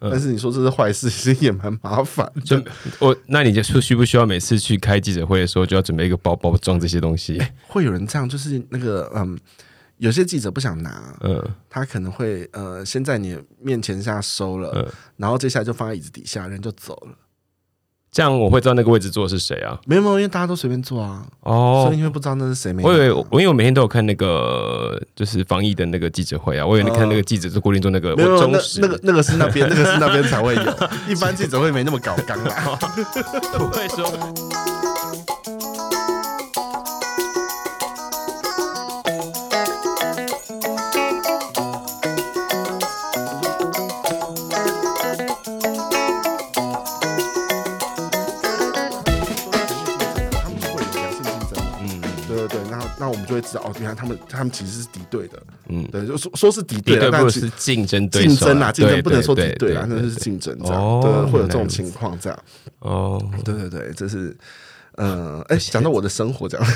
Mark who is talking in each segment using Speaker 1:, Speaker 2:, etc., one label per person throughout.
Speaker 1: 嗯
Speaker 2: 但是你说这是坏事， 其实也蛮麻烦的。
Speaker 1: 就我，那你就需需不需要每次去开记者会的时候就要准备一个包包装这些东西？
Speaker 2: 会有人这样，就是那个嗯，有些记者不想拿，
Speaker 1: 嗯，
Speaker 2: 他可能会呃先在你面前下收了，
Speaker 1: 嗯
Speaker 2: 然后接下来就放在椅子底下，人就走了。
Speaker 1: 这样我会知道那个位置坐的是谁啊？
Speaker 2: 没有没有，因为大家都随便坐啊，所
Speaker 1: 哦
Speaker 2: 以，你会不知道那是谁没拿。
Speaker 1: 我以为我因为我每天都有看那个就是防疫的那个记者会啊，我以为你看那个记者是固定做那个，
Speaker 2: 哦没有没
Speaker 1: 我
Speaker 2: 有，
Speaker 1: 忠
Speaker 2: 那
Speaker 1: 实
Speaker 2: 那个那个是那边，那个是那边才 会有，一般记者会没那么搞刚啦。
Speaker 1: 哦不会说。
Speaker 2: 他们会有良性竞争嘛？嗯，对对对，那那我们就会知道哦，原来他们他们其实是敌对的，嗯，对，就说说是敌
Speaker 1: 敌
Speaker 2: 对
Speaker 1: 对
Speaker 2: 的，
Speaker 1: 不
Speaker 2: 但
Speaker 1: 如
Speaker 2: 其
Speaker 1: 是竞争对手
Speaker 2: 竞争
Speaker 1: 啦，
Speaker 2: 啊，竞
Speaker 1: 对
Speaker 2: 争不能说敌
Speaker 1: 对
Speaker 2: 对啊，哦那就是竞争这样，对，会有这种情况这样，
Speaker 1: 哦，
Speaker 2: 对对对，这是。 嗯，哎，讲到我的生活这样，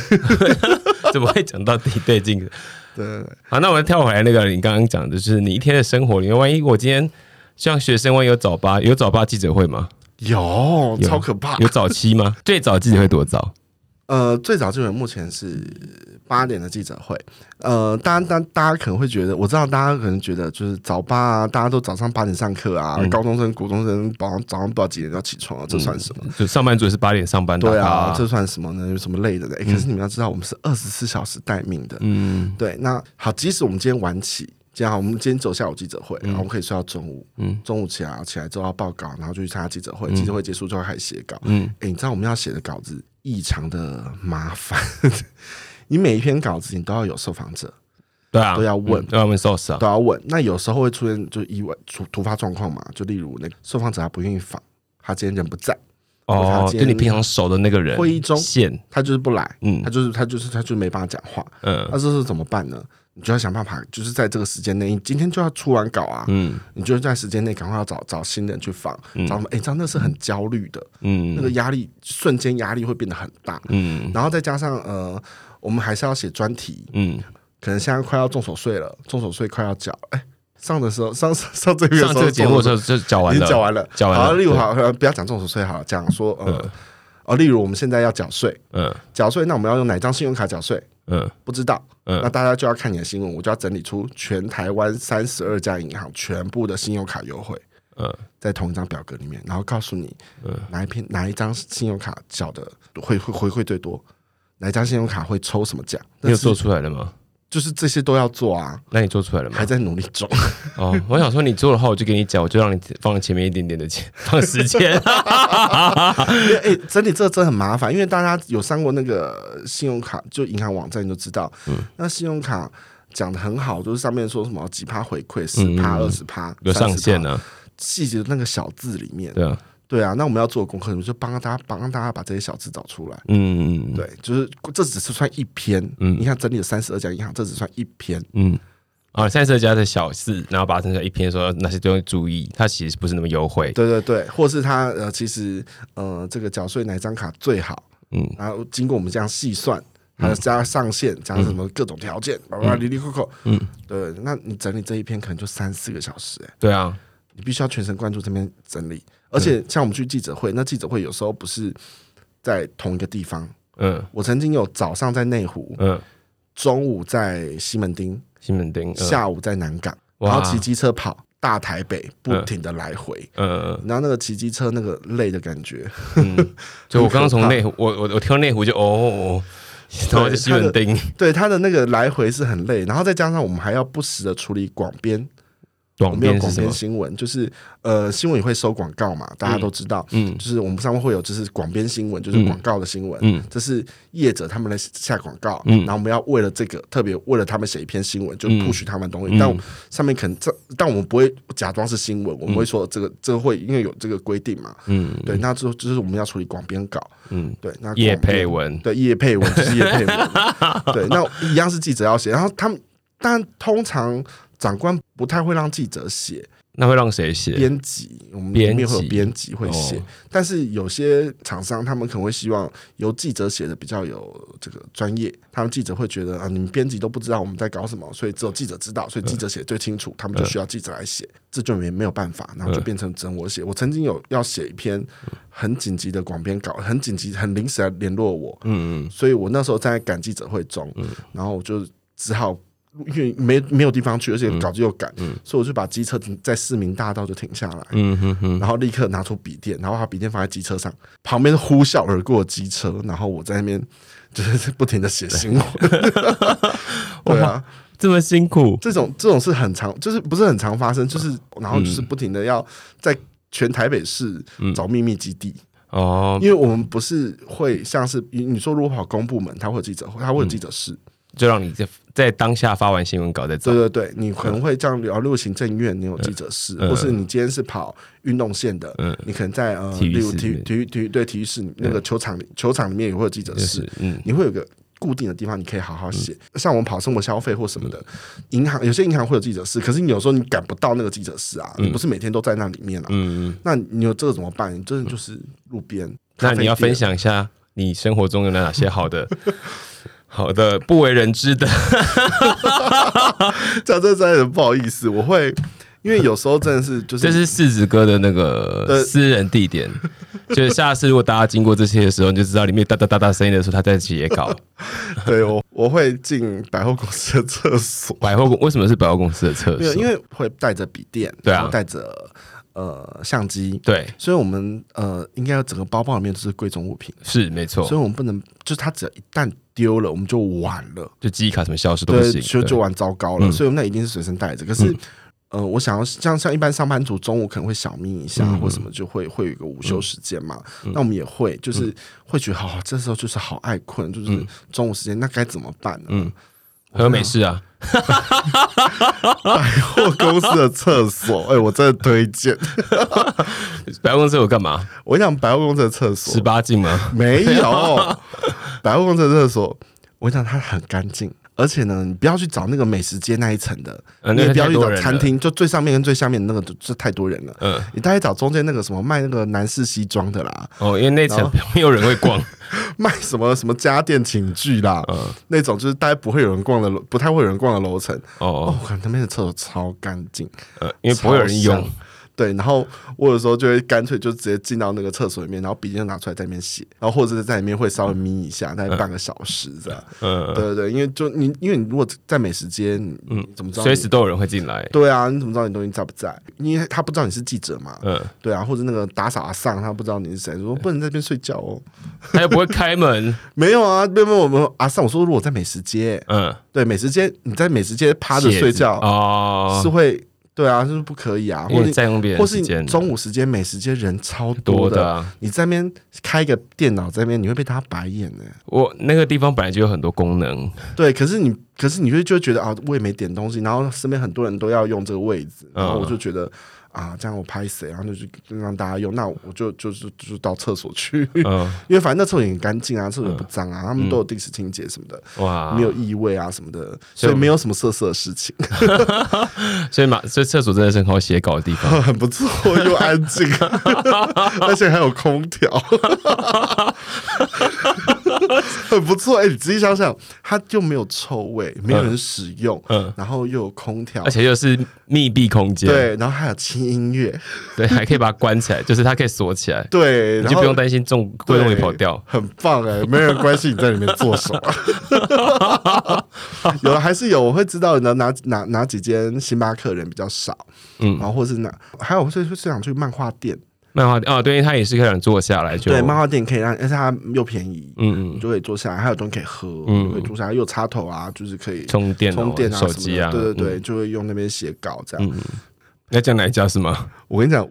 Speaker 1: 怎么会讲到敌对竞争？
Speaker 2: 对对对，
Speaker 1: 好，那我们跳回来那个你刚刚讲的，就是你一天的生活里面，万一我今天像学生，万一有早八，有早八记者会吗？
Speaker 2: 有
Speaker 1: 有
Speaker 2: 超可怕
Speaker 1: 有。早七吗？最早记者会多早？
Speaker 2: 呃，最早就有目前是八点的记者会，呃，大家大大家可能会觉得，我知道大家可能觉得就是早八啊，大家都早上八点上课啊，高中生、国中生早上早上不知道几点就要起床了，这算什么？
Speaker 1: 就上班族也是八点上班的，
Speaker 2: 对啊，这算什么呢？有什么累的呢？欸可是你们要知道，我们是二十四小时待命的。
Speaker 1: 嗯
Speaker 2: 对，那好，即使我们今天晚起，这样好，我们今天走下午记者会，然后我们可以睡到中午。
Speaker 1: 嗯
Speaker 2: 中午起来，起来之后要报告，然后就去参加记者会。记者会结束之后开始写稿。
Speaker 1: 嗯，
Speaker 2: 哎、你知道我们要写的稿子异常的麻烦， 你每一篇稿子你都要有受访者，
Speaker 1: 对啊，
Speaker 2: 都要问
Speaker 1: 嗯都要问 source 啊
Speaker 2: 都，要问。那有时候会出现就意外突突发状况嘛，就例如那个受访者他不愿意访，他今天人不在，
Speaker 1: 哦，
Speaker 2: 对
Speaker 1: 就
Speaker 2: 啊
Speaker 1: 你平常熟的那个人，
Speaker 2: 会议中
Speaker 1: 线，
Speaker 2: 他就是不来，
Speaker 1: 嗯
Speaker 2: 他就是他就是他就没办法讲话。
Speaker 1: 嗯
Speaker 2: 那这是怎么办呢？你就要想办法，就是在这个时间内，你今天就要出完稿啊，
Speaker 1: 嗯
Speaker 2: 你就在时间内赶快要找找新人去访，
Speaker 1: 嗯
Speaker 2: 找他们。哎、这样那是很焦虑的，那个
Speaker 1: 嗯
Speaker 2: 压力瞬间压力会变得很大。
Speaker 1: 嗯
Speaker 2: 然后再加上呃，我们还是要写专题，
Speaker 1: 嗯，
Speaker 2: 可能现在快要重手税了，重手税快要缴。哎、上的时候上上上这个月的时
Speaker 1: 上这
Speaker 2: 候
Speaker 1: 个节目的时
Speaker 2: 重手
Speaker 1: 候就
Speaker 2: 税
Speaker 1: 讲完
Speaker 2: 已
Speaker 1: 了，
Speaker 2: 经缴完了，
Speaker 1: 缴完了
Speaker 2: 好，例如
Speaker 1: 对
Speaker 2: 好，呃不要讲重手税好了，讲说呃，哦，例如我们现在要缴税，
Speaker 1: 嗯
Speaker 2: 缴税，那我们要用哪张信用卡缴税？
Speaker 1: 嗯
Speaker 2: 不知道，
Speaker 1: 嗯
Speaker 2: 那大家就要看你的新闻，我就要整理出全台湾三十二家银行全部的信用卡优惠，
Speaker 1: 嗯
Speaker 2: 在同一张表格里面，然后告诉你
Speaker 1: 嗯
Speaker 2: 哪一篇哪一张信用卡缴的会会回馈最多，哪一张信用卡会抽什么奖，
Speaker 1: 你
Speaker 2: 但
Speaker 1: 有做嗯
Speaker 2: 是
Speaker 1: 出来了吗？
Speaker 2: 就是这些都要做啊，
Speaker 1: 那你做出来了吗
Speaker 2: 还？在努力中。
Speaker 1: 哦，我想说你做的话，我就给你讲，我就让你放前面一点点的钱，放时间。 啊
Speaker 2: 因为哎、整理这个真的很麻烦，因为大家有上过那个信用卡，就银行网站你就知道，
Speaker 1: 嗯
Speaker 2: 那信用卡讲的很好，就是上面说什么几趴回馈，十趴、
Speaker 1: 嗯
Speaker 2: 二十趴，
Speaker 1: 有上限
Speaker 2: 的
Speaker 1: 呢、
Speaker 2: 细节的那个小字里面，
Speaker 1: 对啊，
Speaker 2: 对啊，那我们要做的功课，我们就帮大家帮大家把这些小字找出来。
Speaker 1: 嗯嗯
Speaker 2: 对，就是这只是算一篇，
Speaker 1: 嗯
Speaker 2: 你看整理了三十二家银行，这只算一篇，
Speaker 1: 嗯，啊，三十二家的小事，然后把它剩下一篇说那些东西注意，它其实不是那么优惠，
Speaker 2: 对对对，或是他呃，其实呃，这个缴税哪张卡最好，
Speaker 1: 嗯
Speaker 2: 嗯，然后经过我们这样细算，还有加上限，加什么各种条件，叭叭里里扣扣，嗯，对，那你整理这一篇可能就三四个小时、哎，
Speaker 1: 对啊，
Speaker 2: 你必须要全神贯注这边整理，而且像我们去记者会，那记者会有时候不是在同一个地方，
Speaker 1: 嗯
Speaker 2: 我曾经有早上在内湖，
Speaker 1: 嗯，
Speaker 2: 中午在西门町，
Speaker 1: 西门町，嗯
Speaker 2: 下午在南港，
Speaker 1: 哇
Speaker 2: 然后骑机车跑大台北，不停的来回。
Speaker 1: 嗯，
Speaker 2: 然后那个骑机车那个累的感觉，
Speaker 1: 就我刚刚从内湖，我我我听到内湖就哦哦，哦然后就西门町
Speaker 2: 对他的那个来回是很累，然后再加上我们还要不时的处理广编，我
Speaker 1: 广
Speaker 2: 们有
Speaker 1: 编是
Speaker 2: 广
Speaker 1: 什么
Speaker 2: 编？新闻，就是呃新闻也会收广告嘛，大家都知道，
Speaker 1: 嗯
Speaker 2: 就是我们上面会有就是广编新闻，就是广告的新闻，
Speaker 1: 嗯
Speaker 2: 这是业者他们来下广告，
Speaker 1: 嗯
Speaker 2: 然后我们要为了这个特别为了他们写一篇新闻，就
Speaker 1: 嗯
Speaker 2: push 他们的东西，
Speaker 1: 嗯
Speaker 2: 但我们上面可能这，但我们不会假装是新闻，我们会说这个这个会因为有这个规定嘛，
Speaker 1: 嗯
Speaker 2: 对，那就就是我们要处理广编稿，
Speaker 1: 嗯，
Speaker 2: 对，那
Speaker 1: 叶
Speaker 2: 广编
Speaker 1: 佩文，
Speaker 2: 对，叶配文就是叶配 文，对，那一样是记者要写，然后他们，但通常长官不太会让记者写，
Speaker 1: 那会让谁写？
Speaker 2: 编辑，我们里面会
Speaker 1: 编
Speaker 2: 有
Speaker 1: 辑
Speaker 2: 编辑会写，
Speaker 1: 哦
Speaker 2: 但是有些厂商他们可能会希望由记者写的比较有这个专业，他们记者会觉得啊，你们编辑都不知道我们在搞什么，所以只有记者知道，所以记者写最清楚，他们就需要记者来写，这就没没有办法，然后就变成只能我
Speaker 1: 嗯
Speaker 2: 写。我曾经有要写一篇很紧急的广编稿，很紧急，很临时来联络我，
Speaker 1: 嗯嗯，
Speaker 2: 所以我那时候在赶记者会中，然后我就只好。因为没没有地方去，而且
Speaker 1: 嗯
Speaker 2: 稿子又赶，所以我就把机车停在市民大道就停下来，
Speaker 1: 嗯哼哼，
Speaker 2: 然后立刻拿出笔电，然后把笔电放在机车上，旁边呼啸而过的机车，然后我在那边就是不停的写新闻。对啊，
Speaker 1: 这么辛苦，
Speaker 2: 这种这种是很常，就是不是很常发生，就是然后就是不停的要在全台北市找秘密基地，
Speaker 1: 哦，
Speaker 2: 因为我们不是会像是你你说如果跑公部门，他会有记者会，他会有记者室，
Speaker 1: 就让你在在当下发完新闻稿再走
Speaker 2: 对。对对，你可能会这样聊六行政院，你有记者室，
Speaker 1: 嗯
Speaker 2: 或是你今天是跑运动线的，
Speaker 1: 嗯
Speaker 2: 你可能在呃，
Speaker 1: 体育
Speaker 2: 例如
Speaker 1: 室
Speaker 2: 体
Speaker 1: 里
Speaker 2: 育
Speaker 1: 面嗯
Speaker 2: 体育体育对体育室那个球场里，球场里面也会有记者
Speaker 1: 就是
Speaker 2: 室，
Speaker 1: 嗯
Speaker 2: 你会有个。固定的地方你可以好好写，像我们跑生活消费或什么的，
Speaker 1: 嗯
Speaker 2: 银行有些银行会有记者室，可是你有时候你赶不到那个记者室啊，你不是每天都在那里面啊，
Speaker 1: 嗯，
Speaker 2: 那你有这个怎么办？你真的就是路边，
Speaker 1: 那你要
Speaker 2: 咖啡店
Speaker 1: 分享一下你生活中有哪些好 的、好的不为人知 的，
Speaker 2: 这样真的真的不好意思，我会因为有时候真的是就是
Speaker 1: 这是四子哥的那个
Speaker 2: 对
Speaker 1: 私人地点。就是下次如果大家经过这些的时候，你就知道里面哒哒哒哒声音的时候，他在写稿。
Speaker 2: 对我我会进百货公司的 厕所，
Speaker 1: 百货公为什么是百货公司的厕
Speaker 2: 没有，因
Speaker 1: 所？
Speaker 2: 为会带着笔电，
Speaker 1: 对啊
Speaker 2: 然后带着呃相机，
Speaker 1: 对，
Speaker 2: 所以我们呃应该整个包包里面都是贵重物品，
Speaker 1: 是没错
Speaker 2: 所，以我们不能就是它只要一旦丢了，我们就完了，
Speaker 1: 就记忆卡什么消失都不
Speaker 2: 对，
Speaker 1: 行。
Speaker 2: 就
Speaker 1: 对
Speaker 2: 就完糟糕了，
Speaker 1: 嗯
Speaker 2: 所以我们那一定是随身带着。可是。呃，我想要像像一般上班族中午可能会小眯一下
Speaker 1: 嗯
Speaker 2: 或什么，就会会有一个午休时间嘛。那我们也会
Speaker 1: 嗯
Speaker 2: 就是会觉得，好，这时候就是好爱困，就是中午时间，那该怎么办呢？
Speaker 1: 嗯喝美式啊，
Speaker 2: 百货公司的厕所， 哎、我真的推荐。
Speaker 1: 百货公司有干嘛？
Speaker 2: 我想百货公司的厕所
Speaker 1: 十八禁吗？
Speaker 2: 没 有，百货公司的厕所，我想它很干净，而且呢，你不要去找那个美食街那一层的，
Speaker 1: 呃
Speaker 2: 你也
Speaker 1: 那个
Speaker 2: 不要去
Speaker 1: 太多
Speaker 2: 找
Speaker 1: 人了
Speaker 2: 餐厅，就最上面跟最下面那个就就太多人了。
Speaker 1: 嗯，
Speaker 2: 你大概找中间那个什么卖那个男士西装的啦，
Speaker 1: 哦，因为那层没有人会逛。
Speaker 2: 卖什么什么家电寝具啦，
Speaker 1: 嗯
Speaker 2: 那种就是大概不会有人逛的楼，不太会有人逛的楼层。哦
Speaker 1: 哦，，
Speaker 2: 我看那边的厕所超干净，
Speaker 1: 呃，因为不会有人
Speaker 2: 超
Speaker 1: 用
Speaker 2: 香。对，然后我有时候就会干脆就直接进到那个厕所里面，然后笔记就拿出来在里面写，然后或者是在里面会稍微眯一下，大概半个小时这样。
Speaker 1: 嗯，
Speaker 2: 对对对，因为就你，因为你如果在美食街，你你怎么知道你？
Speaker 1: 嗯随时都有人会进来。
Speaker 2: 对啊，你怎么知道你东西在不在？因为他不知道你是记者嘛，
Speaker 1: 嗯，
Speaker 2: 对啊，或者那个打扫阿上他不知道你是谁，说不能在这边睡觉哦。
Speaker 1: 他又不会开门。
Speaker 2: 没有啊，没有没有，我们阿上我说如果在美食街，
Speaker 1: 嗯，
Speaker 2: 对美食街你在美食街 趴着
Speaker 1: 鞋子
Speaker 2: 睡觉、
Speaker 1: 哦
Speaker 2: 是，会，对啊，就是不可以啊，
Speaker 1: 因
Speaker 2: 或
Speaker 1: 为
Speaker 2: 者
Speaker 1: 你
Speaker 2: 你
Speaker 1: 占用别人
Speaker 2: 或
Speaker 1: 的
Speaker 2: 是
Speaker 1: 时间
Speaker 2: 你中午时间美食街人超
Speaker 1: 多
Speaker 2: 的，
Speaker 1: 的啊。
Speaker 2: 你在那边开一个电脑在那边，你会被他白眼呢、
Speaker 1: 我那个地方本来就有很多功能。
Speaker 2: 对，可是你，可是你会就会觉得啊，我也没点东西，然后身边很多人都要用这个位置，
Speaker 1: 嗯
Speaker 2: 然后我就觉得。啊，这样我拍谁，然后就去让大家用，那我就就就就到厕所去，
Speaker 1: 嗯，
Speaker 2: 因为反正那厕所也很干净啊，厕所也不脏啊，他们都有定时清洁什么的，
Speaker 1: 哇，
Speaker 2: 没有异味啊什么的，
Speaker 1: 所以
Speaker 2: 所以
Speaker 1: 我们
Speaker 2: 没有什么色色的事情，
Speaker 1: 所以嘛，所以厕所真的是很好写稿的地 方。
Speaker 2: 很不错，又安静，啊 而且还有空调，很不错。哎、你仔细想想，它又没有臭味，没有人使用，
Speaker 1: 嗯
Speaker 2: 然后又有空调
Speaker 1: 而，且又是密闭空间，
Speaker 2: 对，然后还有轻音乐，
Speaker 1: 对，还可以把它关起来，就是它可以锁起来，
Speaker 2: 对，
Speaker 1: 你
Speaker 2: 然
Speaker 1: 就
Speaker 2: 后
Speaker 1: 不用担心中会容易跑掉。
Speaker 2: 很棒哎、没人关心你在里面做什 么。有还是有，我会知道哪哪哪哪几间星巴克人比较少，嗯，然后或是哪还有最最想去漫画店，
Speaker 1: 漫画哦，对，因为它也是可以让你坐下来就
Speaker 2: 对，漫画店可以让，而且它又便宜，
Speaker 1: 嗯
Speaker 2: 你
Speaker 1: 嗯
Speaker 2: 就可以坐下来，还有东西可以喝，
Speaker 1: 嗯
Speaker 2: 就可以坐下来，又有插头啊，就是可以
Speaker 1: 充电、
Speaker 2: 充电啊、
Speaker 1: 手机啊，
Speaker 2: 什么的对对对，就会用那边写稿这样。
Speaker 1: 嗯，嗯，要讲哪一家是吗？
Speaker 2: 我跟你讲，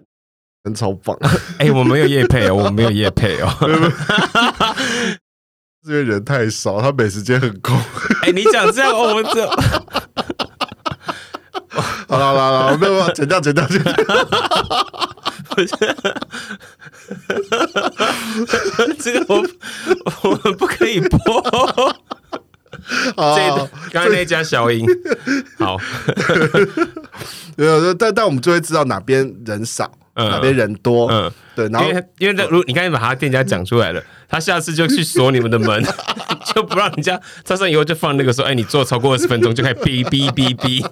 Speaker 2: 人超棒，
Speaker 1: 哎、我们没有夜配哦，我们没有夜配哦。
Speaker 2: 因为人太少，他美食街很空。
Speaker 1: 哎、你讲这样，哦我这
Speaker 2: 好啦好啦好 啦，没有没有，剪掉剪掉剪掉。
Speaker 1: 这个我我们不可以播。
Speaker 2: 好
Speaker 1: 哦 这一段刚才那一家小英，好，
Speaker 2: 呃但但我们就会知道哪边人少，
Speaker 1: 嗯
Speaker 2: 哪边人多，
Speaker 1: 嗯
Speaker 2: 对，然后
Speaker 1: 因为因为那如你刚才把他店家讲出来了，他下次就去锁你们的门， 就不让人家招商以后就放那个说，哎，你坐超过二十分钟就开始哔哔哔哔，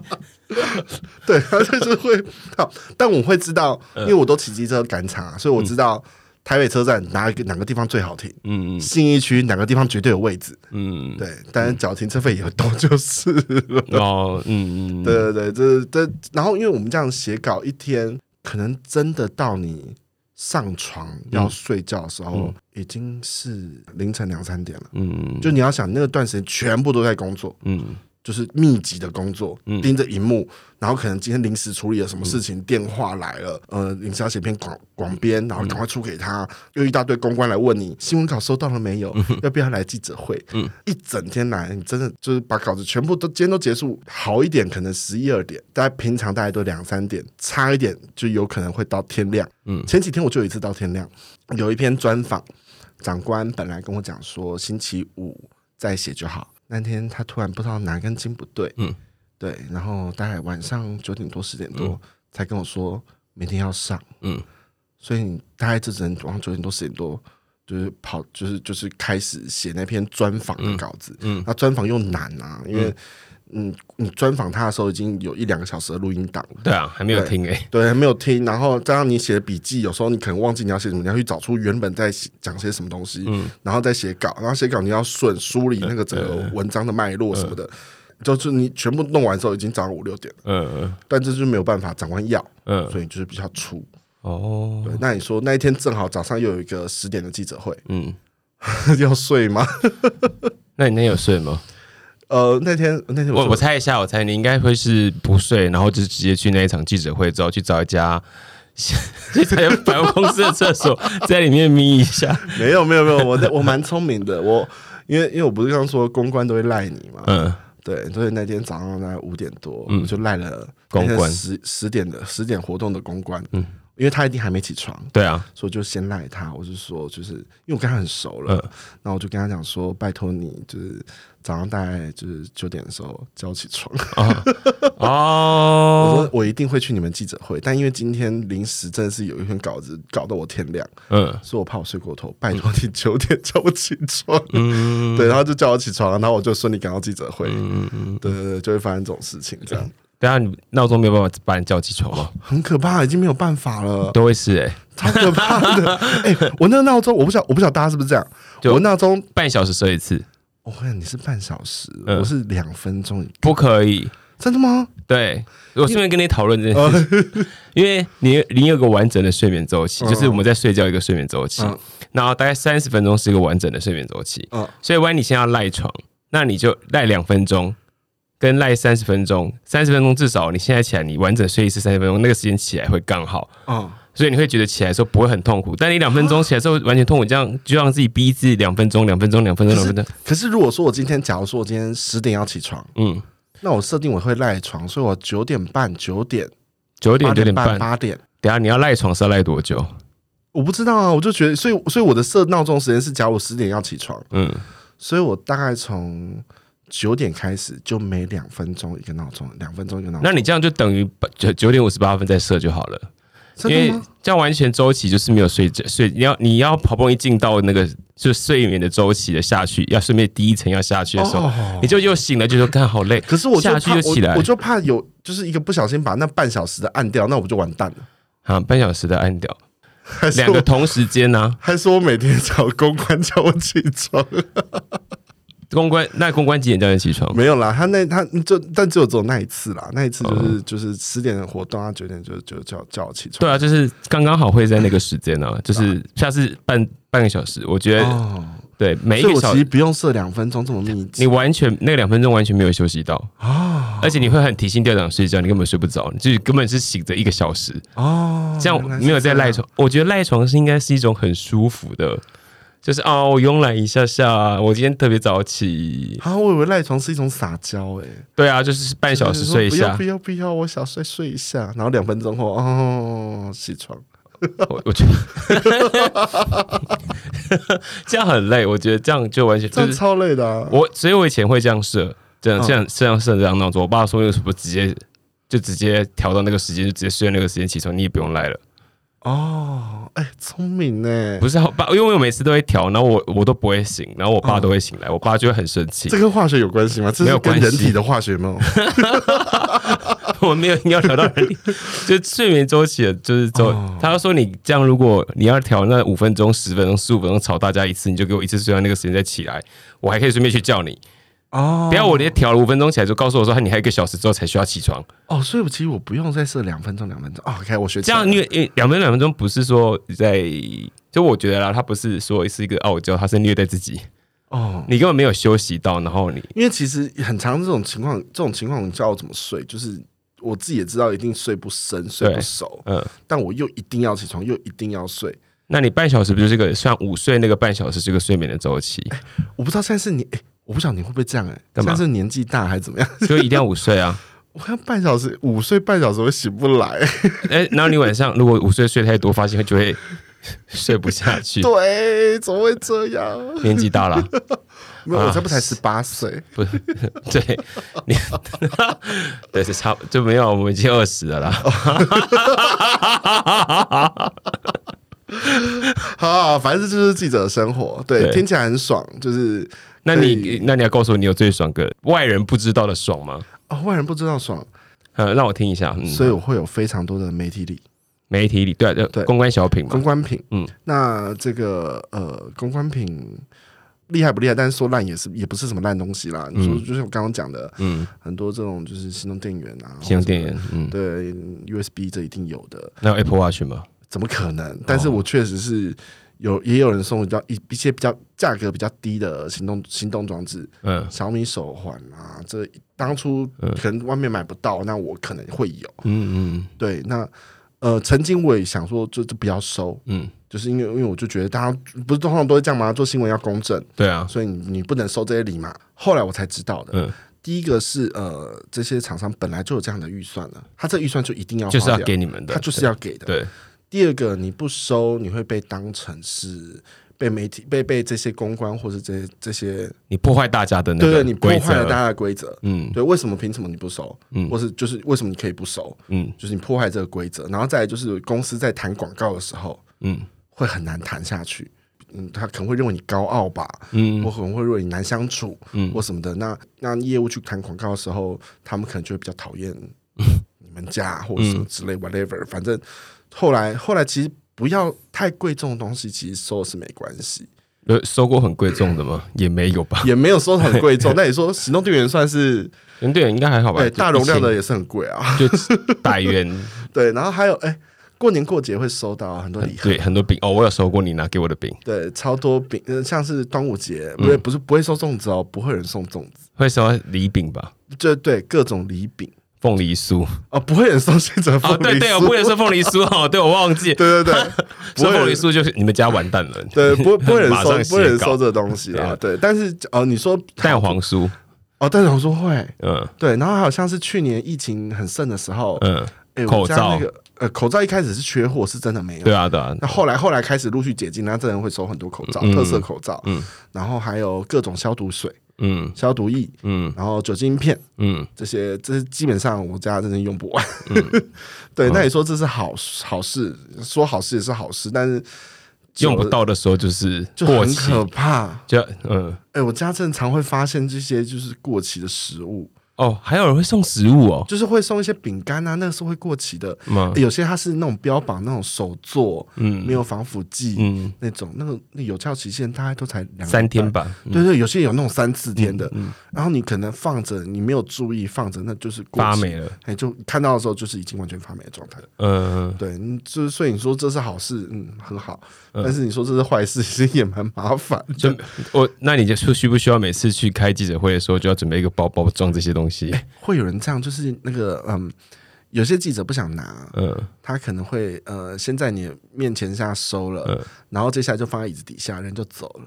Speaker 2: 对，他就是会，好但我会知道，
Speaker 1: 嗯
Speaker 2: 因为我都骑机车赶场啊，所以我知道台北车站哪个哪个地方最好停，
Speaker 1: 嗯
Speaker 2: 信义区哪个地方绝对有位置，
Speaker 1: 嗯
Speaker 2: 对，但是缴停车费也多就是了。
Speaker 1: 嗯，哦，嗯嗯，
Speaker 2: 对对对，这这，然后因为我们这样写稿一天，可能真的到你上床要睡觉的时候，已经是凌晨两三点了。
Speaker 1: 嗯
Speaker 2: 就你要想那个段时间全部都在工作，
Speaker 1: 嗯
Speaker 2: 就是密集的工作，
Speaker 1: 嗯
Speaker 2: 盯着荧幕，然后可能今天临时处理了什么事情，电话来了，呃，临时要写篇广广编，然后
Speaker 1: 嗯
Speaker 2: 赶快出给他，又一大堆公关来问你新闻稿收到了没有，
Speaker 1: 嗯
Speaker 2: 要不要来记者会，一整天来，你真的就是把稿子全部都今天都结束，好一点可能十一二点，大家平常大概都两三点，差一点就有可能会到天亮，
Speaker 1: 嗯
Speaker 2: 前几天我就有一次到天亮，有一篇专访，长官本来跟我讲说星期五再写就好，那天他突然不知道哪根筋不对，
Speaker 1: 嗯
Speaker 2: 对，然后大概晚上九点多十点多、才跟我说明天要上，
Speaker 1: 嗯
Speaker 2: 所以你大概就只能晚上九点多十点多。就是跑，就是就是开始写那篇专访的稿子。
Speaker 1: 嗯嗯
Speaker 2: 那专访又难啊，因为嗯，你专访他的时候已经有一两个小时的录音档，
Speaker 1: 对啊，还没有听哎，
Speaker 2: 对，没有听，然后再让你写笔记，有时候你可能忘记你要写什么，你要去找出原本在写讲些什么东西，
Speaker 1: 嗯
Speaker 2: 然后再写稿，然后写稿你要顺梳理那个整个文章的脉
Speaker 1: 嗯
Speaker 2: 络什么的，就是你全部弄完之后已经早上五六点了，
Speaker 1: 嗯
Speaker 2: 但这就没有办法，长官要，
Speaker 1: 嗯
Speaker 2: 所以就是比较粗。
Speaker 1: 哦，
Speaker 2: 对，那你说那一天正好早上又有一个十点的记者会，
Speaker 1: 嗯，
Speaker 2: 要睡吗？
Speaker 1: 那你那天有睡吗？
Speaker 2: 呃，那天那天我
Speaker 1: 我我
Speaker 2: 说
Speaker 1: 猜一下，我猜你应该会是不睡，然后就直接去那一场记者会之后去找一家。 去找一家百货公司的厕所，在里面眯一下。
Speaker 2: 没有没有没有，我我蛮聪明的，我因为因为我不是刚刚说公关都会赖你嘛，
Speaker 1: 嗯，
Speaker 2: 对，所以那天早上大概五点多，
Speaker 1: 嗯
Speaker 2: 我就赖了
Speaker 1: 公关
Speaker 2: 那天十十点的十点活动的公关，
Speaker 1: 嗯
Speaker 2: 因为他一定还没起床，
Speaker 1: 对啊，
Speaker 2: 所以我就先赖他。我就说，就是因为我跟他很熟了，
Speaker 1: 嗯
Speaker 2: 然后我就跟他讲说，拜托你，就是早上大概就是九点的时候叫我起床。 我
Speaker 1: 哦，
Speaker 2: 说我一定会去你们记者会，但因为今天临时真的是有一篇稿子搞到我天亮，
Speaker 1: 嗯
Speaker 2: 所以我怕我睡过头，拜托你九点叫我起床。
Speaker 1: 嗯，
Speaker 2: 对，然后就叫我起床，然后我就顺利赶到记者会。
Speaker 1: 嗯嗯，
Speaker 2: 对对对，就会发生这种事情，这样
Speaker 1: 等下你闹钟没有办法把你叫起床 吗？
Speaker 2: 很可怕，已经没有办法了。
Speaker 1: 都会是哎，
Speaker 2: 超可怕的！ 哎、我那个闹钟，我不晓我不晓得大家是不是这样。
Speaker 1: 就
Speaker 2: 我闹钟，哦
Speaker 1: 半小时设一次，
Speaker 2: 我看你是半小时，
Speaker 1: 嗯
Speaker 2: 我是两分钟，
Speaker 1: 不可以。
Speaker 2: 真的吗？
Speaker 1: 对，我顺便跟你讨论这件事情， 因为你你有个完整的睡眠周期，就是我们在睡觉一个睡眠周期
Speaker 2: 嗯，
Speaker 1: 然后大概三十分钟是一个完整的睡眠周期。
Speaker 2: 嗯，
Speaker 1: 所以，万一你现在要赖床，那你就赖两分钟，跟赖三十分钟，三十分钟至少你现在起来，你完整睡一次三十分钟，那个时间起来会刚好。
Speaker 2: 嗯，
Speaker 1: 所以你会觉得起来的时候不会很痛苦，但你两分钟起来之后完全痛苦，这样就让自己逼自己两分钟、两分钟、两分钟、两分钟。
Speaker 2: 可是如果说我今天，假如说我今天十点要起床，
Speaker 1: 嗯，
Speaker 2: 那我设定我会赖床，所以我九点半、九点、
Speaker 1: 九点
Speaker 2: 八
Speaker 1: 九点
Speaker 2: 点
Speaker 1: 半
Speaker 2: 半、，八点，
Speaker 1: 等一下你要赖床是要赖多久？
Speaker 2: 我不知道啊，我就觉得，所以所以我的设闹钟时间是，假如我十点要起床，
Speaker 1: 嗯，
Speaker 2: 所以我大概从九点开始，就每两分钟一个闹钟，两分钟一个闹钟。
Speaker 1: 那你这样就等于八九九点五十八分再设就好了，因
Speaker 2: 真
Speaker 1: 为
Speaker 2: 的吗？
Speaker 1: 这样完全周期就是没有睡着睡，你要你要好不容易进到那个就睡眠的周期的下去，要顺便第一层要下去的时候，
Speaker 2: 哦
Speaker 1: 你就又醒了，就说看好累，
Speaker 2: 可是我就
Speaker 1: 下去
Speaker 2: 怕
Speaker 1: 就起来
Speaker 2: 我，我就怕有就是一个不小心把那半小时的按掉，那我就完蛋 了。
Speaker 1: 啊，半小时的 按掉，
Speaker 2: 还是
Speaker 1: 两
Speaker 2: 我
Speaker 1: 个同时间啊呢、
Speaker 2: 还是我每天找公关叫我起床，
Speaker 1: 公关那公关几点叫你起床？
Speaker 2: 没有啦，他那他就但只有只有那一次啦，那一次就是、就是十点的活动，他九点就就叫叫我起
Speaker 1: 哦对
Speaker 2: 床。
Speaker 1: 啊，就是刚刚好会在那个时间呢、就是下次半半个小时，我觉得、
Speaker 2: 啊哦，
Speaker 1: 对每一
Speaker 2: 所以
Speaker 1: 个
Speaker 2: 我
Speaker 1: 小
Speaker 2: 其实不用设两分钟这么密集。
Speaker 1: 你完全那两分钟完全没有休息到啊，而且你会很提心吊胆睡觉，你根本睡不着，你就是根本是醒着一个小时，
Speaker 2: 哦，
Speaker 1: 这样
Speaker 2: 原来是
Speaker 1: 没有在赖
Speaker 2: 这样。
Speaker 1: 床。我觉得赖床是应该是一种很舒服的，就是哦，我慵懒一下下，我今天特别早起，
Speaker 2: 啊，我以为赖床是一种撒娇诶、
Speaker 1: 对啊，就是半小时睡一
Speaker 2: 就是说
Speaker 1: 下
Speaker 2: 哦不。要不要不要，我想睡睡一下，然后两分钟后哦起床，
Speaker 1: 我 我觉得 这样很累，我觉得这样就完全
Speaker 2: 这
Speaker 1: 就
Speaker 2: 样
Speaker 1: 是
Speaker 2: 超累的、啊。
Speaker 1: 我，所以我以前会这样设，这样
Speaker 2: 嗯
Speaker 1: 这样这样设这样闹钟。我爸说有什么直接就直接调到那个时间，就直接睡那个时间起床，你也不用赖了。
Speaker 2: 哦，哎、聪明欸呢，
Speaker 1: 不是我爸，因为我每次都会调，然后我我都不会醒，然后我爸都会醒来，我爸就会很生气
Speaker 2: 嗯这。跟化学有关系吗？这
Speaker 1: 没
Speaker 2: 是
Speaker 1: 有
Speaker 2: 跟
Speaker 1: 关系
Speaker 2: 人体的化学有没有？
Speaker 1: 我没有你要调到人体， 就是睡眠周期的，就是周。
Speaker 2: 哦
Speaker 1: 他就说你这样，如果你要调那五分钟、十分钟、十五分钟吵大家一次，你就给我一次睡到那个时间再起来，我还可以顺便去叫你。
Speaker 2: 哦
Speaker 1: 不要我连调了五分钟起来，就告诉我说你还有一个小时之后才需要起床。
Speaker 2: 哦，所以我其实我不用再设两分钟，两分钟。哦、OK，我学起
Speaker 1: 这
Speaker 2: 来
Speaker 1: 样
Speaker 2: 了
Speaker 1: 因为因为两分两分钟不是说在，就我觉得啦，他不是说是一个傲娇，他是虐待自己。
Speaker 2: 哦，
Speaker 1: 你根本没有休息到，然后你
Speaker 2: 因为其实很常这种情况，这种情况你叫我怎么睡，就是我自己也知道一定睡不深、睡不熟，
Speaker 1: 嗯，
Speaker 2: 但我又一定要起床，又一定要睡。
Speaker 1: 那你半小时不就是个算午睡那个半小时是个睡眠的周期，
Speaker 2: 我不知道现在是你，哎我不晓得你会不会这样哎、欸，
Speaker 1: 干
Speaker 2: 现
Speaker 1: 嘛
Speaker 2: 在是年纪大还是怎么样？
Speaker 1: 所以一定要午睡啊。
Speaker 2: 我看半小时午睡半小时我醒不 来、
Speaker 1: 哎、然后你晚上如果午睡睡太多，发现就会 睡不下去。
Speaker 2: 对，怎么会这 样？
Speaker 1: 年纪大了，
Speaker 2: 没有，我
Speaker 1: 啊
Speaker 2: 才不才十八岁，
Speaker 1: 不是对，你 对是差不就没有，我们已经二十了啦。
Speaker 2: 好好好反正这就是记者的生活，对，
Speaker 1: 对
Speaker 2: 听起来很爽，就是
Speaker 1: 那
Speaker 2: 可
Speaker 1: 你
Speaker 2: 以
Speaker 1: 那你要告诉我，你有最爽个外人不知道的爽吗？
Speaker 2: 哦，外人不知道爽，
Speaker 1: 呃，让我听一下。嗯，
Speaker 2: 所以我会有非常多的媒体力。
Speaker 1: 媒体里对对
Speaker 2: 对
Speaker 1: 公关小品嘛
Speaker 2: 公，关品，嗯
Speaker 1: 嗯，
Speaker 2: 那这个呃，公关品厉害不厉害？但是说烂也是也不是什么烂东西啦。你说就像我刚刚讲的，
Speaker 1: 嗯，
Speaker 2: 很多这种就是行动电源啊，
Speaker 1: 形容电影，嗯，
Speaker 2: 对 USB 这一定有的，
Speaker 1: 那有 Apple Watch 吗？
Speaker 2: 怎么可能？但
Speaker 1: 哦
Speaker 2: 是我确实是有也有人送我比较一一些比较价格比较低的行动行动装置，
Speaker 1: 嗯
Speaker 2: 小米手环啊，这当初可能外面买不到，那我可能会有。
Speaker 1: 嗯嗯
Speaker 2: 对，那呃，曾经我也想说，就就不要收，
Speaker 1: 嗯，
Speaker 2: 就是因为因为我就觉得大家不是通常都会这样吗？做新闻要公正，
Speaker 1: 对啊，
Speaker 2: 所以你你不能收这些礼嘛。后来我才知道的，
Speaker 1: 嗯
Speaker 2: 第一个是呃，这些厂商本来就有这样的预算了，他这预算就一定要
Speaker 1: 就是
Speaker 2: 花
Speaker 1: 要
Speaker 2: 掉，
Speaker 1: 给你们的，
Speaker 2: 他就是要给的。
Speaker 1: 对，
Speaker 2: 第二个你不收，你会被当成是。被媒体被被这些公关或是这些这些，
Speaker 1: 你破坏大家的那
Speaker 2: 对
Speaker 1: 个
Speaker 2: 对，你破
Speaker 1: 规
Speaker 2: 坏了大
Speaker 1: 则，啊
Speaker 2: 家的规则。
Speaker 1: 嗯
Speaker 2: 对，为什么凭什么你不收？
Speaker 1: 嗯
Speaker 2: 或是就是为什么你可以不收？
Speaker 1: 嗯
Speaker 2: 就是你破坏这个规则。然后再来就是公司在谈广告的时候，
Speaker 1: 嗯
Speaker 2: 会很难谈下去。嗯，他可能会认为你高傲吧，
Speaker 1: 嗯
Speaker 2: 我可能会认为你难相处，
Speaker 1: 嗯
Speaker 2: 或什么的。那那业务去谈广告的时候，他们可能就会比较讨 厌你们家或者什么之
Speaker 1: 嗯
Speaker 2: 类，whatever。反正后来后来其实不要太贵重的东西，其实收是没关 系，
Speaker 1: 有收过很贵重的吗？也没有吧，
Speaker 2: 也没有收很贵 重。那你说行动电源算是
Speaker 1: 嗯对，应该还好吧
Speaker 2: 对，大容量的也是很贵啊，
Speaker 1: 就就百元，
Speaker 2: 对。然后还有哎、过年过节会收到很多礼盒，
Speaker 1: 对，很多饼哦，我有收过你拿给我的饼，
Speaker 2: 对，超多饼，呃像是端午节，
Speaker 1: 嗯
Speaker 2: 不是不是不会收粽子哦，不会有人送粽子。
Speaker 1: 会收礼饼吧，
Speaker 2: 就对各种礼饼
Speaker 1: 凤梨酥
Speaker 2: 哦，不会很送学者凤
Speaker 1: 哦，
Speaker 2: 梨酥，
Speaker 1: 对对，我不能说凤梨酥哦，对我忘记，
Speaker 2: 对对 对，不会有
Speaker 1: 说凤
Speaker 2: 人
Speaker 1: 梨酥就是你们家完蛋了，
Speaker 2: 对不不会有人
Speaker 1: 马
Speaker 2: 收
Speaker 1: 上
Speaker 2: 不会有人
Speaker 1: 写
Speaker 2: 收
Speaker 1: 稿，
Speaker 2: 这东西啊，
Speaker 1: 对
Speaker 2: 对，但是哦，你说
Speaker 1: 蛋黄酥，
Speaker 2: 哦，但是我说会
Speaker 1: 嗯
Speaker 2: 对，然后还有像是去年疫情很盛的时候，
Speaker 1: 嗯，
Speaker 2: 哎，我
Speaker 1: 口
Speaker 2: 家
Speaker 1: 罩
Speaker 2: 那个呃口罩一开始是缺货，是真的没有
Speaker 1: 对，啊对啊，
Speaker 2: 那后来后来开始陆续解禁，那真的会收很多口罩，
Speaker 1: 嗯
Speaker 2: 特色口罩，
Speaker 1: 嗯
Speaker 2: 然后还有各种消毒水、
Speaker 1: 嗯
Speaker 2: 消毒液，
Speaker 1: 嗯
Speaker 2: 然后酒精片。
Speaker 1: 嗯，
Speaker 2: 这些，这些基本上我家真的用不完。
Speaker 1: 嗯
Speaker 2: 对，那你说这是好好事，说好事也是好事，但是久
Speaker 1: 用
Speaker 2: 了
Speaker 1: 不到的时候就是
Speaker 2: 就
Speaker 1: 过
Speaker 2: 很
Speaker 1: 期，
Speaker 2: 可怕。
Speaker 1: 就嗯
Speaker 2: 哎、我家正常会发现这些就是过期的食物，
Speaker 1: 哦，还有人会送食物哦，
Speaker 2: 就是会送一些饼干啊，那个是会过期的。哎
Speaker 1: 吗？
Speaker 2: 有些它是那种标榜那种手做，
Speaker 1: 嗯
Speaker 2: 没有防腐剂、
Speaker 1: 嗯，
Speaker 2: 那种，那个那有效期限大概都才两
Speaker 1: 三天。嗯吧，
Speaker 2: 对对，有些有那种三四天的，然后你可能放着，你没有注意放着，那就是过
Speaker 1: 发
Speaker 2: 期，
Speaker 1: 霉了，
Speaker 2: 哎，就看到的时候就是已经完全发霉的状态。
Speaker 1: 嗯，嗯
Speaker 2: 对，你就是所以你说这是好事，嗯，很好。但是你说这是坏事， 其实也蛮麻烦的。
Speaker 1: 就我那你就说需不需要每次去开记者会的时候就要准备一个包包装这些 东西？
Speaker 2: 会有人这样，就是那个嗯，有些记者不想拿，
Speaker 1: 嗯
Speaker 2: 他可能会呃
Speaker 1: 嗯
Speaker 2: 先在你面前下收了，然后接下来就放在椅子底下，人就走了。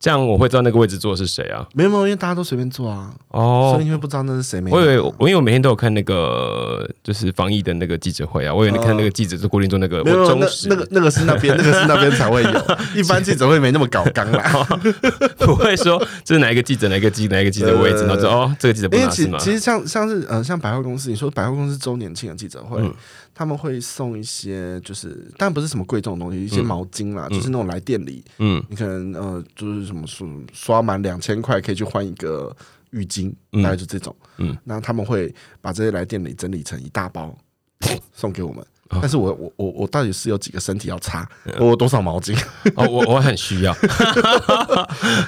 Speaker 1: 这样我会知道那个位置坐的是谁啊。
Speaker 2: 没有没有，因为大家都随便做啊，
Speaker 1: 哦
Speaker 2: 所以，你会不知道那是谁没有
Speaker 1: 我
Speaker 2: 啊。
Speaker 1: 以为我因为我每天都有看那个就是防疫的那个记者会啊，我有看那个记者是固定做那个，
Speaker 2: 哦没有没
Speaker 1: 我
Speaker 2: 有
Speaker 1: 忠
Speaker 2: 那
Speaker 1: 实
Speaker 2: 那个那个是那边那个是那边才会有，一般记者会没那么搞刚啦。
Speaker 1: 不会说这是哪一个记者，哪一个记哪一个记者位置，然后就哦这个记者不
Speaker 2: 呃因为
Speaker 1: 拿
Speaker 2: 其
Speaker 1: 是吗？
Speaker 2: 其实像像是呃像百货公司，你说百货公司周年庆的记者会，
Speaker 1: 嗯
Speaker 2: 他们会送一些就是，但不是什么贵重的东西，一些毛巾啦，就是那种来店里，
Speaker 1: 嗯
Speaker 2: 你可能呃就是什么刷刷满两千块可以去换一个浴巾，
Speaker 1: 嗯
Speaker 2: 大概就这种。
Speaker 1: 嗯
Speaker 2: 嗯，那他们会把这些来店里整理成一大包
Speaker 1: 哦
Speaker 2: 送给我们。但是我我我我到底是有几个身体要擦，
Speaker 1: 嗯
Speaker 2: 我有多少毛巾？
Speaker 1: 哦，我我很需要，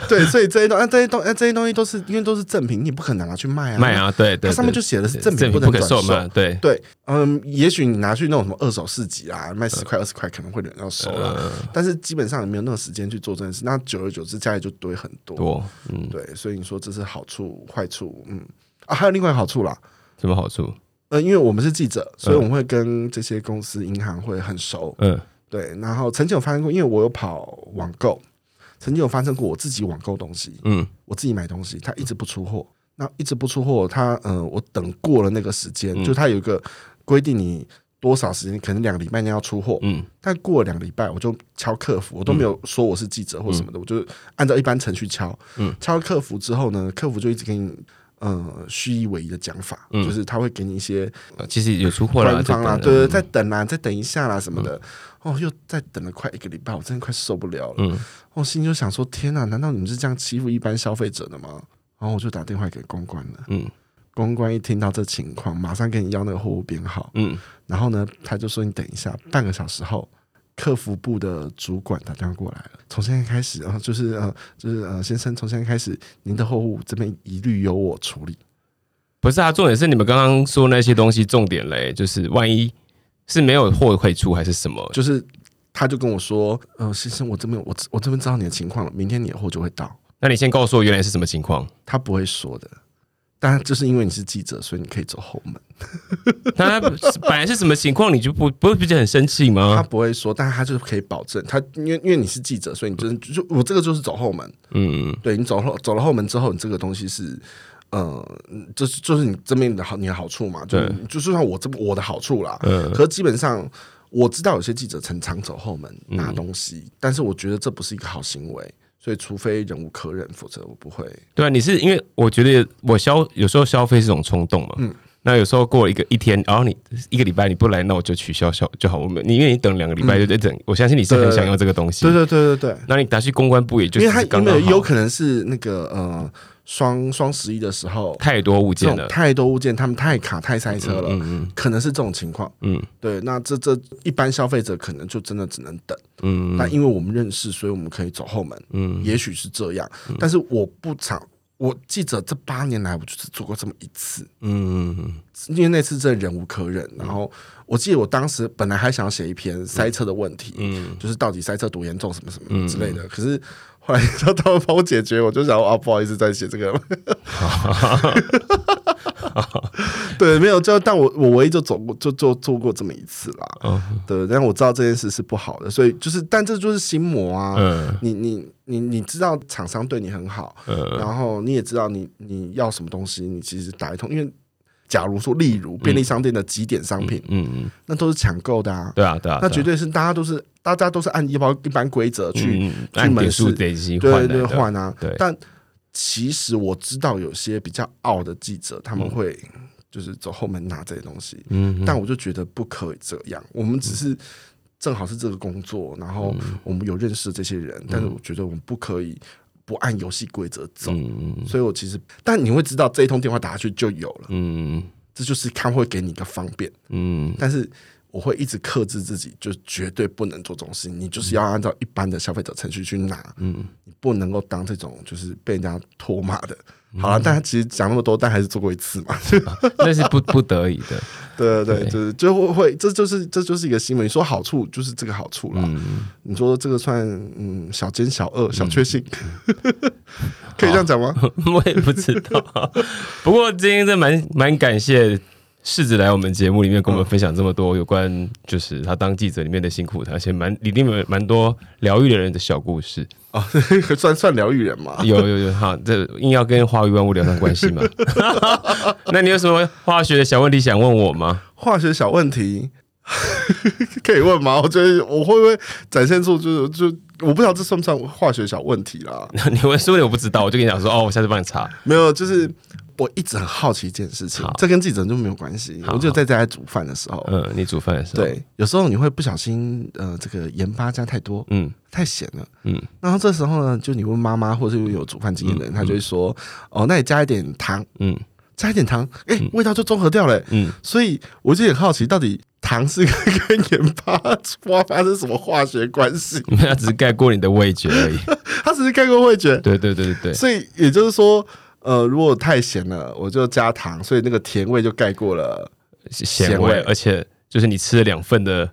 Speaker 2: 对，所以这些东啊这些东啊这些东西都是因为都是正品，你不可能拿去卖啊。
Speaker 1: 卖！啊，对对，
Speaker 2: 它上面
Speaker 1: 对
Speaker 2: 就写的是正品
Speaker 1: 正
Speaker 2: 不
Speaker 1: 品
Speaker 2: 能
Speaker 1: 可
Speaker 2: 转
Speaker 1: 售卖
Speaker 2: 售。，
Speaker 1: 对，
Speaker 2: 对，嗯，也许你拿去那种什么二手市集啊，卖十块二十块，可能会有人要收了。
Speaker 1: 嗯呃
Speaker 2: 但是基本上也没有那个时间去做这件事。那久而久之，家里就堆很多。
Speaker 1: 多，嗯，
Speaker 2: 对，所以你说这是好处、坏处，嗯啊，还有另外一个好处啦，
Speaker 1: 什么好处？
Speaker 2: 呃，因为我们是记者，所以我们会跟这些公司、银行会很熟，
Speaker 1: 嗯
Speaker 2: 对。然后曾经有发生过，因为我有跑网购，曾经有发生过我自己网购东西，
Speaker 1: 嗯
Speaker 2: 我自己买东西，他一直不出货，那一直不出货，他嗯、呃我等过了那个时间，
Speaker 1: 嗯
Speaker 2: 就他有一个规定你。多少时间？可能两个礼拜内要出货，
Speaker 1: 嗯
Speaker 2: 但过了两个礼拜，我就敲客服，我都没有说我是记者或什么的，我就按照一般程序敲。
Speaker 1: 嗯
Speaker 2: 敲客服之后呢，客服就一直给你呃虚以为一的讲法，
Speaker 1: 嗯
Speaker 2: 就是他会给你一些
Speaker 1: 呃其实有出货了，
Speaker 2: 官方啦，啊
Speaker 1: 这等嗯
Speaker 2: 对对，
Speaker 1: 等
Speaker 2: 再等啦，再等一下啦什么的。哦，又再等了快一个礼拜，我真的快受不了了。
Speaker 1: 嗯
Speaker 2: 我心里就想说，天啊哪，难道你们是这样欺负一般消费者的吗？然后我就打电话给公关了。
Speaker 1: 嗯
Speaker 2: 公关一听到这情况，马上跟你要那个货物编号。
Speaker 1: 嗯，
Speaker 2: 然后呢，他就说你等一下，半个小时后，客服部的主管打电话过来了。从现在开始，然、后就是呃，就是呃，先生，从现在开始，您的货物这边一律由我处理。
Speaker 1: 不是啊，重点是你们刚刚说那些东西，重点嘞，就是万一是没有货可以出还是什么？
Speaker 2: 就是他就跟我说，呃，先生，我这边我我这边知道你的情况了，明天你的货就会到。
Speaker 1: 那你先告诉我原来是什么情况？
Speaker 2: 他不会说的，但就是因为你是记者，所以你可以走后门。
Speaker 1: 那本来是什么情况，你就不不会不是很生气
Speaker 2: 他
Speaker 1: 吗？
Speaker 2: 不会说，但他就是可以保证，他因为因为你是记者，所以你就是就我这个就是走后门。
Speaker 1: 嗯，
Speaker 2: 对你走后走了后门之后，你这个东西是，呃，就是就是你这边你的好你的好处嘛，就
Speaker 1: 对
Speaker 2: 就算我这我的好处啦，
Speaker 1: 嗯
Speaker 2: 可是基本上我知道有些记者常常走后门拿
Speaker 1: 嗯
Speaker 2: 东西，但是我觉得这不是一个好行为，所以除非忍无可忍，否则我不会。
Speaker 1: 对啊，你是因为我觉得我消有时候消费是一种冲动
Speaker 2: 嗯
Speaker 1: 嘛，那有时候过了一个一天，然后你一个礼拜你不来，那我就取消消就好。我们你因为你等两个礼拜就在等，我相信你是很想要这个东西
Speaker 2: 嗯对。对对对对，
Speaker 1: 那你打去公关部也就
Speaker 2: 因为
Speaker 1: 只
Speaker 2: 他
Speaker 1: 是刚
Speaker 2: 因
Speaker 1: 刚
Speaker 2: 为
Speaker 1: 好
Speaker 2: 有可能是那个呃双双十一的时候。
Speaker 1: 太多物
Speaker 2: 这
Speaker 1: 件
Speaker 2: 种
Speaker 1: 了，
Speaker 2: 太多物件，他们太卡太塞车了，
Speaker 1: 嗯嗯
Speaker 2: 可能是这种情况。
Speaker 1: 嗯
Speaker 2: 对，那这这一般消费者可能就真的只能等。
Speaker 1: 嗯
Speaker 2: 那因为我们认识，所以我们可以走后门，
Speaker 1: 嗯，
Speaker 2: 也许是这样。但是我不常，我记者这八年来，我就只做过这么一次，
Speaker 1: 嗯嗯
Speaker 2: 因为那次真的忍无可忍。然后我记得我当时本来还想要写一篇塞车的问题，
Speaker 1: 嗯
Speaker 2: 就是到底塞车多严重，什么什么之类的。可是后来 知道他们帮我解决，我就想啊，不好意思，再写这个了。 对，没有就，但我我唯一就走过，就就做过这么一次啦。
Speaker 1: 哦
Speaker 2: 对，但我知道这件事是不好的，所以就是，但这就是心魔啊。
Speaker 1: 嗯
Speaker 2: 你你你你知道厂商对你很好，
Speaker 1: 嗯
Speaker 2: 然后你也知道你你要什么东西，你其实打一通。因为假如说，例如便利商店的几点商品，
Speaker 1: 嗯嗯，
Speaker 2: 那都是抢购的啊，
Speaker 1: 对啊对啊，
Speaker 2: 那绝
Speaker 1: 对啊
Speaker 2: 对是大家都是大家都是按一包一般规则去、
Speaker 1: 嗯按点数累积
Speaker 2: 对
Speaker 1: 换来
Speaker 2: 对
Speaker 1: 的，
Speaker 2: 换啊。
Speaker 1: 对
Speaker 2: 但其实我知道有些比较傲的记者，他们会就是走后门拿这些东西，
Speaker 1: 嗯嗯
Speaker 2: 但我就觉得不可以这样。我们只是正好是这个工作，然后
Speaker 1: 嗯
Speaker 2: 我们有认识这些人，但是我觉得我们不可以不按游戏规则走。
Speaker 1: 嗯嗯
Speaker 2: 所以我其实，但你会知道这一通电话打下去就有了，
Speaker 1: 嗯
Speaker 2: 这就是他会给你一个方便，
Speaker 1: 嗯
Speaker 2: 但是。我会一直克制自己，就绝对不能做这种事情。你就是要按照一般的消费者程序去拿，
Speaker 1: 嗯，
Speaker 2: 你不能够当这种就是被人家唾骂的。
Speaker 1: 嗯
Speaker 2: 好了，但他其实讲那么多，但还是做过一次嘛。
Speaker 1: 那是不不得已的，
Speaker 2: 对对对，
Speaker 1: 对
Speaker 2: 就是就会会，这就是这就是一个新闻。你说好处就是这个好处啦，
Speaker 1: 嗯，
Speaker 2: 你说这个算嗯小奸小恶小确幸，
Speaker 1: 嗯
Speaker 2: 可以这样讲吗？
Speaker 1: 我也不知道。不过今天真蛮蛮感谢世子来我们节目里面跟我们分享这么多有关就是他当记者里面的辛苦，而且蛮里面有蛮多疗愈的人的小故 事。
Speaker 2: 哦， 算算疗愈人嘛。
Speaker 1: 有有有，好，这硬要跟化学万物聊上关系嘛？ 那你有什么化学的小问题想问我吗？
Speaker 2: 化学小问题 可以问吗？我觉得我会不会展现出就是就我不知道这算不算化学小问题 啦？
Speaker 1: 你问是问我不知道，我就跟你讲说，哦，我下次帮你查。
Speaker 2: 没有，就是我一直很好奇一件事情
Speaker 1: 好，
Speaker 2: 这跟记者就没有关系。
Speaker 1: 好
Speaker 2: 我就在家里煮饭的时候，
Speaker 1: 嗯，你煮饭的时候，，
Speaker 2: 哦对，有时候你会不小心呃，这个盐巴加太多，
Speaker 1: 嗯
Speaker 2: 太咸了。
Speaker 1: 嗯，
Speaker 2: 然后这时候呢，就你问妈妈或者有煮饭经验的人，他就会说：“哦，那你加一点糖，
Speaker 1: 嗯
Speaker 2: 加一点糖，哎、味道就综合掉了、
Speaker 1: 嗯，
Speaker 2: 所以我就很好奇，到底糖是跟盐巴发发生什么化学关系？
Speaker 1: 没有，他只是盖过你的味觉 而已。
Speaker 2: 它只是盖过味觉，
Speaker 1: 对对对对对，
Speaker 2: 所以也就是说，呃，如果太咸了，我就加糖，所以那个甜味就盖过了，
Speaker 1: 咸
Speaker 2: 咸
Speaker 1: 味
Speaker 2: 味，
Speaker 1: 而且就是你吃了两份的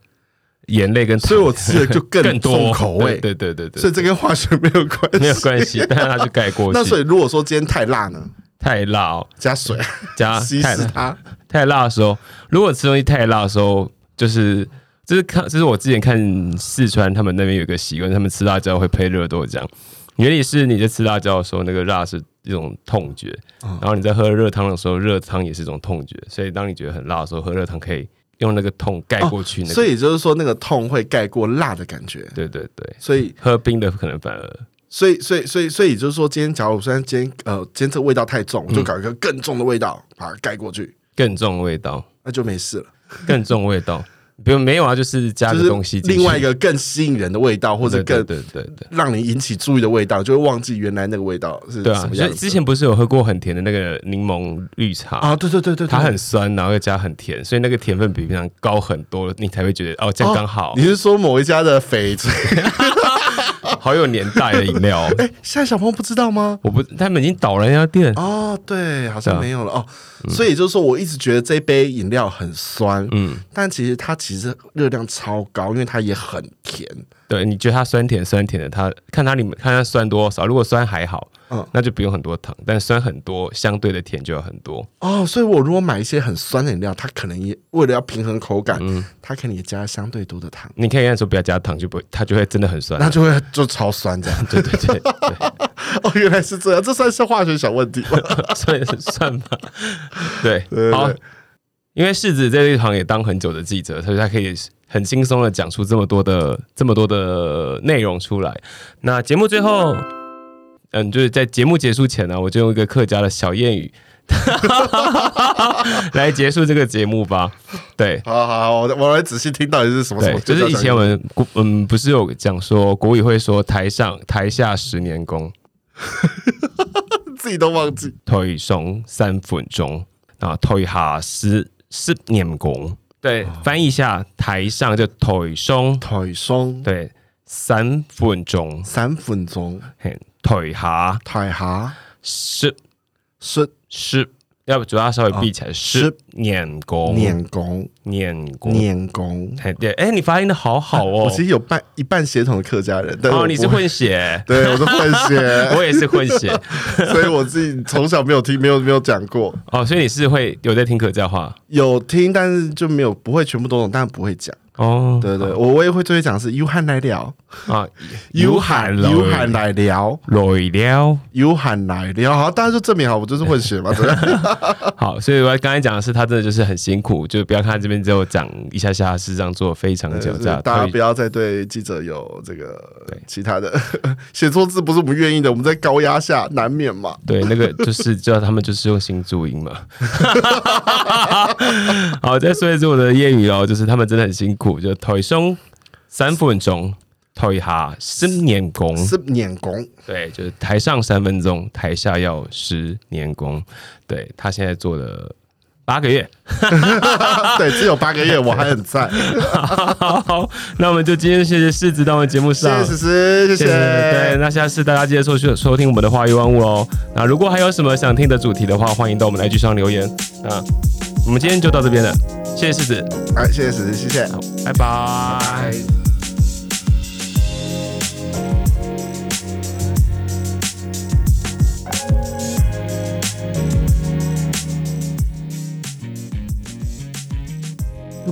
Speaker 1: 眼泪跟糖，
Speaker 2: 所以我吃的就更
Speaker 1: 更多
Speaker 2: 重口味。
Speaker 1: 对对对对
Speaker 2: 所以这跟化学没有关系，
Speaker 1: 没有 关系，但是它就盖过去。
Speaker 2: 那所以如果说今天太辣呢，
Speaker 1: 太辣、哦，
Speaker 2: 加水啊
Speaker 1: 加
Speaker 2: 稀
Speaker 1: 太
Speaker 2: 释
Speaker 1: 辣
Speaker 2: 它。
Speaker 1: 太辣的时候，如果吃东西太辣的时候，就是这是看，这是我之前看四川他们那边有一个习惯，他们吃辣椒会配热豆浆。原理是你在吃辣椒的时候，那个辣是一种痛觉，
Speaker 2: 嗯
Speaker 1: 然后你在喝热汤的时候，热汤也是一种痛觉，所以当你觉得很辣的时候，喝热汤可以用那个痛盖过去、那个
Speaker 2: 哦所以就是说，那个痛会盖过辣的感觉。
Speaker 1: 对对对，
Speaker 2: 所以，
Speaker 1: 喝冰的可能反而
Speaker 2: 所以，所以，所以，所以，就是说，今天假如我虽然今天呃，今天这个味道太重，
Speaker 1: 嗯
Speaker 2: 我就搞一个更重的味道把它盖过去，
Speaker 1: 更重味道，
Speaker 2: 那就没事了。
Speaker 1: 更重味道。不用没有啊，就是加
Speaker 2: 就
Speaker 1: 个东西
Speaker 2: 是
Speaker 1: 进去，
Speaker 2: 另外一个更吸引人的味道，或者
Speaker 1: 对对
Speaker 2: 更
Speaker 1: 对对对。
Speaker 2: 让你引起注意的味道，就会忘记原来那个味道是
Speaker 1: 对
Speaker 2: 什
Speaker 1: 啊，
Speaker 2: 么
Speaker 1: 所
Speaker 2: 样
Speaker 1: 以
Speaker 2: 子
Speaker 1: 之前不是有喝过很甜的那个柠檬绿茶，
Speaker 2: 啊，对对对对，对
Speaker 1: 它很酸，然后又加很甜，所以那个甜分比平常高很多，你才会觉得哦，这样刚好，
Speaker 2: 你是说某一家的翡翠？
Speaker 1: 好有年代的饮料哦。
Speaker 2: 哎，现在小朋友不知道吗？
Speaker 1: 我不，他们已经倒了那家店，
Speaker 2: 哦，对，好
Speaker 1: 啊
Speaker 2: 像没有了、哦。
Speaker 1: 嗯
Speaker 2: 所以就是说，我一直觉得这杯饮料很酸，嗯，但其实它其实热量超高，因为它也很甜。
Speaker 1: 对，你觉得它酸甜酸甜的，它看它里面看它酸多少，如果酸还好，
Speaker 2: 嗯
Speaker 1: 那就不用很多糖，但酸很多，相对的甜就有很多，
Speaker 2: 哦，所以我如果买一些很酸的饮料，它可能也为了要平衡口感，
Speaker 1: 嗯
Speaker 2: 它可能也加相对多的糖，
Speaker 1: 你可以跟他说不要加糖，就不会，它就会真的很酸
Speaker 2: 那。就会就超酸这样。
Speaker 1: 对对对，
Speaker 2: 哦，原来是这样，这算是化学小问题吗？
Speaker 1: 算算吧，对
Speaker 2: 对，
Speaker 1: 好
Speaker 2: 对，
Speaker 1: 因为世子在这一行也当很久的记者，所以他可以很轻松的讲出这么多的这么多的内容出来。那节目最后，嗯，就是在节目结束前呢、我就用一个客家的小谚语 来结束这个节目吧。对。
Speaker 2: 好好好，我我来仔细听到底是什么什
Speaker 1: 对
Speaker 2: 么，，
Speaker 1: 就是以前我
Speaker 2: 我
Speaker 1: 们国嗯，不是有讲说国语会说台上台下十年功，
Speaker 2: 自己都忘记。
Speaker 1: 退上三分钟，啊，退下十十年功。对，翻译一下，台上就退上，
Speaker 2: 腿松
Speaker 1: 对，三分钟，
Speaker 2: 三分钟，
Speaker 1: 嘿，退下
Speaker 2: 腿下
Speaker 1: 十
Speaker 2: 是
Speaker 1: 十，要不主要稍微闭
Speaker 2: 啊
Speaker 1: 起来，十年功，
Speaker 2: 碾弓，
Speaker 1: 年功，
Speaker 2: 碾弓。
Speaker 1: 嘿，对，哎，你发音的好 好
Speaker 2: 我
Speaker 1: 哦
Speaker 2: 其，实有半一半血统的客家人，但
Speaker 1: 哦，
Speaker 2: 我
Speaker 1: 你是
Speaker 2: 不会，，
Speaker 1: 混血
Speaker 2: 对我是混血，
Speaker 1: 我也是混血，
Speaker 2: 所以我自己从小没有听，没有没有讲过，
Speaker 1: 哦，所以你是会有在听客家话，
Speaker 2: 有听，但是就没有不会全部都懂，但不会讲。
Speaker 1: 哦，
Speaker 2: 对对，我我也会最会讲是 U 汉来聊
Speaker 1: 啊，
Speaker 2: ，U 汉 U
Speaker 1: 有
Speaker 2: 汉来聊
Speaker 1: 累了。
Speaker 2: ，U 汉来聊，好，大家就证明好，我就是混血嘛，真的。
Speaker 1: 好，所以我刚才讲的是，他真的就是很辛苦，就不要看他这边只有讲一下下，事实上做非常久， 这样
Speaker 2: 大家
Speaker 1: 退
Speaker 2: 不要再对记者有这个其他的 写错字，不是我们愿意的，我们在高压下难免嘛。
Speaker 1: 对那个就是知道他们就是用新注 音嘛。好，再说一次我的谚语哦，就是他们真的很辛苦，就腿松三分钟，腿下十年功。
Speaker 2: 是碾弓，
Speaker 1: 对，就是台上三分钟，台下要十年功。对他现在做了八个月。
Speaker 2: 对，只有八个月，我还很在。
Speaker 1: 好，那我们就今天谢谢世子到我们节目
Speaker 2: 谢
Speaker 1: 上，
Speaker 2: 谢思思，谢
Speaker 1: 谢谢。对，那下次大家记得收去收听我们的《话语万物》哦。那如果还有什么想听的主题的话，欢迎到我们的 IG 上留言。那我们今天就到这边了，谢谢世子，
Speaker 2: 哎，谢谢思思，谢谢。
Speaker 1: 好，拜拜。
Speaker 3: 如